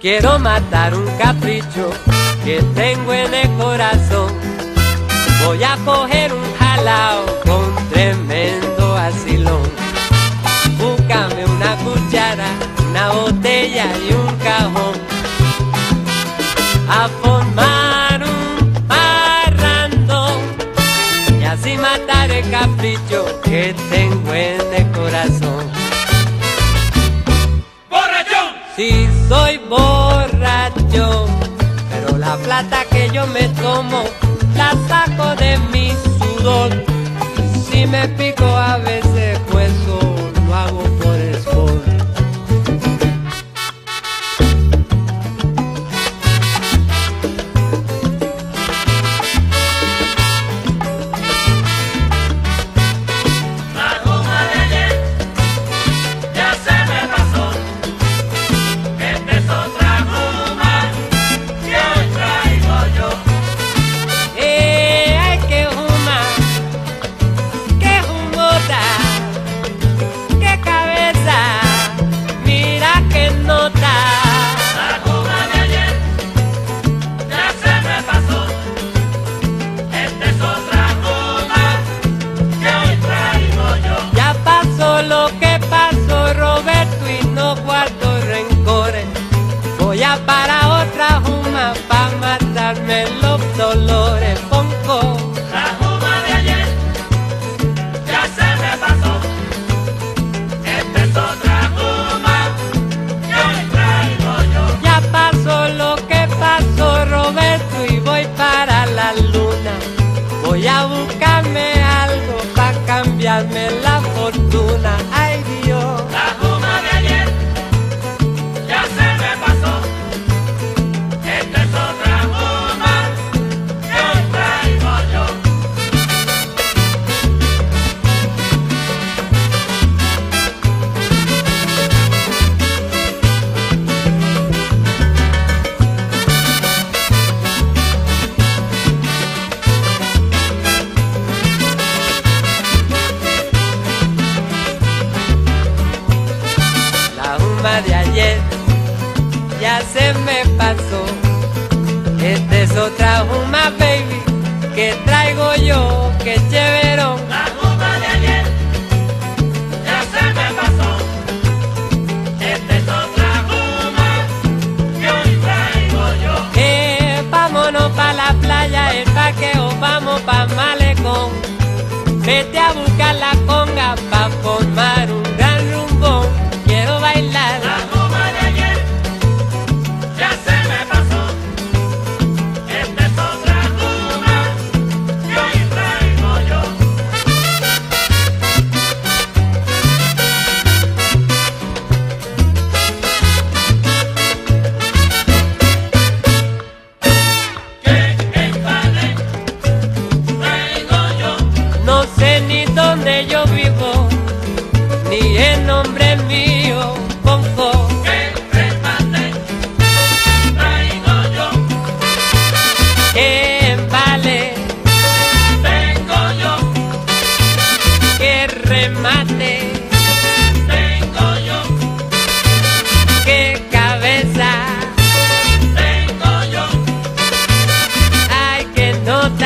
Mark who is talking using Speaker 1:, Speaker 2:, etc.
Speaker 1: Quiero matar un capricho que tengo en el corazón. Voy a coger un jalao con tremendo asilón. Búscame una cuchara, una botella y un cajón. A formar un parrandón y así matar el capricho que tengo en el corazón. Si soy borracho, pero la plata que yo me tomo la saco de mi sudor. Si me pico a veces, pues eso lo hago por esfuerzo.
Speaker 2: La goma de ayer ya se me pasó. Esta es otra goma que hoy traigo yo.
Speaker 1: ¡Eh! ¡Ay, qué juma! ¡Qué jumota! ¡Qué cabeza! ¡Mira qué nota!
Speaker 2: La goma de ayer ya se me pasó. Esta es otra goma que hoy traigo yo.
Speaker 1: Ya pasó lo que pasó, Roberto, y no guardo rencores. Voy a para otra juma pa' matarme los dolores, ponco.
Speaker 2: La goma de ayer ya se me pasó. Esta es otra goma que hoy traigo yo.
Speaker 1: Ya pasó lo que pasó, Roberto, y voy para la luna. Voy a buscarme algo pa' cambiarme la fortuna. Ay Dios.
Speaker 2: La goma de ayer ya se me pasó. Esta es otra goma que hoy traigo yo.
Speaker 1: La juma de ayer ya se me pasó. Esta es otra juma, baby, que traigo yo, que chéverón.
Speaker 2: La goma de ayer ya se me pasó. Esta es otra goma que hoy traigo yo.
Speaker 1: Eh, vámonos pa' la playa, el paqueo, vamos pa' Malecón. Vete a buscar la conga pa' formar un gran rumbo. Quiero bailar.
Speaker 2: La goma de ayer ya se me pasó. Esta es otra goma que hoy traigo yo. Que enfade traigo yo.
Speaker 1: No sé ni dónde yo vivo, ni el nombre mío, Conco.
Speaker 2: Que enfade traigo yo.
Speaker 1: Que embale,
Speaker 2: Tengo yo,
Speaker 1: que remate,
Speaker 2: tengo yo,
Speaker 1: que cabeza,
Speaker 2: tengo yo.
Speaker 1: ay que nota. Eh,